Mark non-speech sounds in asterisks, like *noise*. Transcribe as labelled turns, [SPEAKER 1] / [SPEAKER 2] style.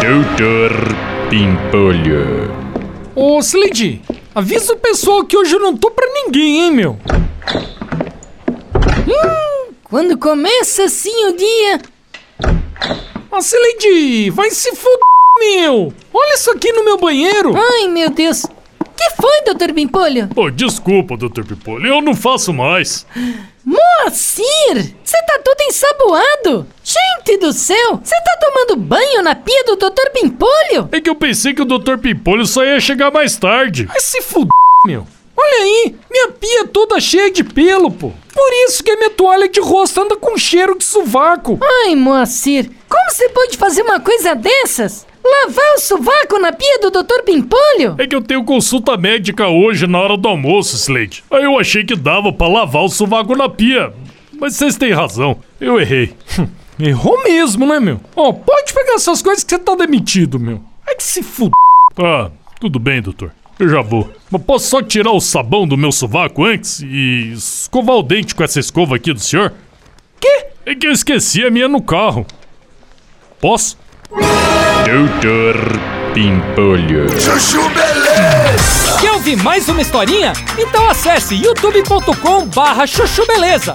[SPEAKER 1] Doutor Pimpolho.
[SPEAKER 2] Ô, Slade, avisa o pessoal que hoje eu não tô pra ninguém, hein, meu?
[SPEAKER 3] Quando começa assim o dia,
[SPEAKER 2] Ah, Slade, vai se fuder, meu! Olha isso aqui no meu banheiro!
[SPEAKER 3] ai meu Deus. Que foi, doutor Bimpolho?
[SPEAKER 4] Pô, desculpa, Dr. Pipolho, eu não faço mais.
[SPEAKER 3] Moacir, você tá todo ensaboado. Gente do céu, você tá tomando banho na pia do doutor Bimpolho?
[SPEAKER 4] É que eu pensei que o Dr. Pipolho só ia chegar mais tarde.
[SPEAKER 2] Vai se fuder, meu! Olha aí, minha pia toda cheia de pelo, pô! Por isso que a minha toalha de rosto anda com cheiro de sovaco!
[SPEAKER 3] Ai, Moacir, como você pode fazer uma coisa dessas? Lavar o sovaco na pia do doutor Bimpolho?
[SPEAKER 4] É que eu tenho consulta médica hoje na hora do almoço, Slade. Aí eu achei que dava pra lavar o sovaco na pia. Mas vocês têm razão, eu errei.
[SPEAKER 2] *laughs* Errou mesmo, né, meu? Ó, pode pegar essas coisas que você tá demitido, meu! Vai que se fuder!
[SPEAKER 4] Ah, tudo bem, doutor. Eu já vou. Mas posso só tirar o sabão do meu sovaco antes e escovar o dente com essa escova aqui do senhor?
[SPEAKER 2] Quê?
[SPEAKER 4] É que eu esqueci a minha no carro. Posso?
[SPEAKER 1] Doutor Pimpolho.
[SPEAKER 2] Quer ouvir mais uma historinha? Então acesse youtube.com barra chuchu beleza.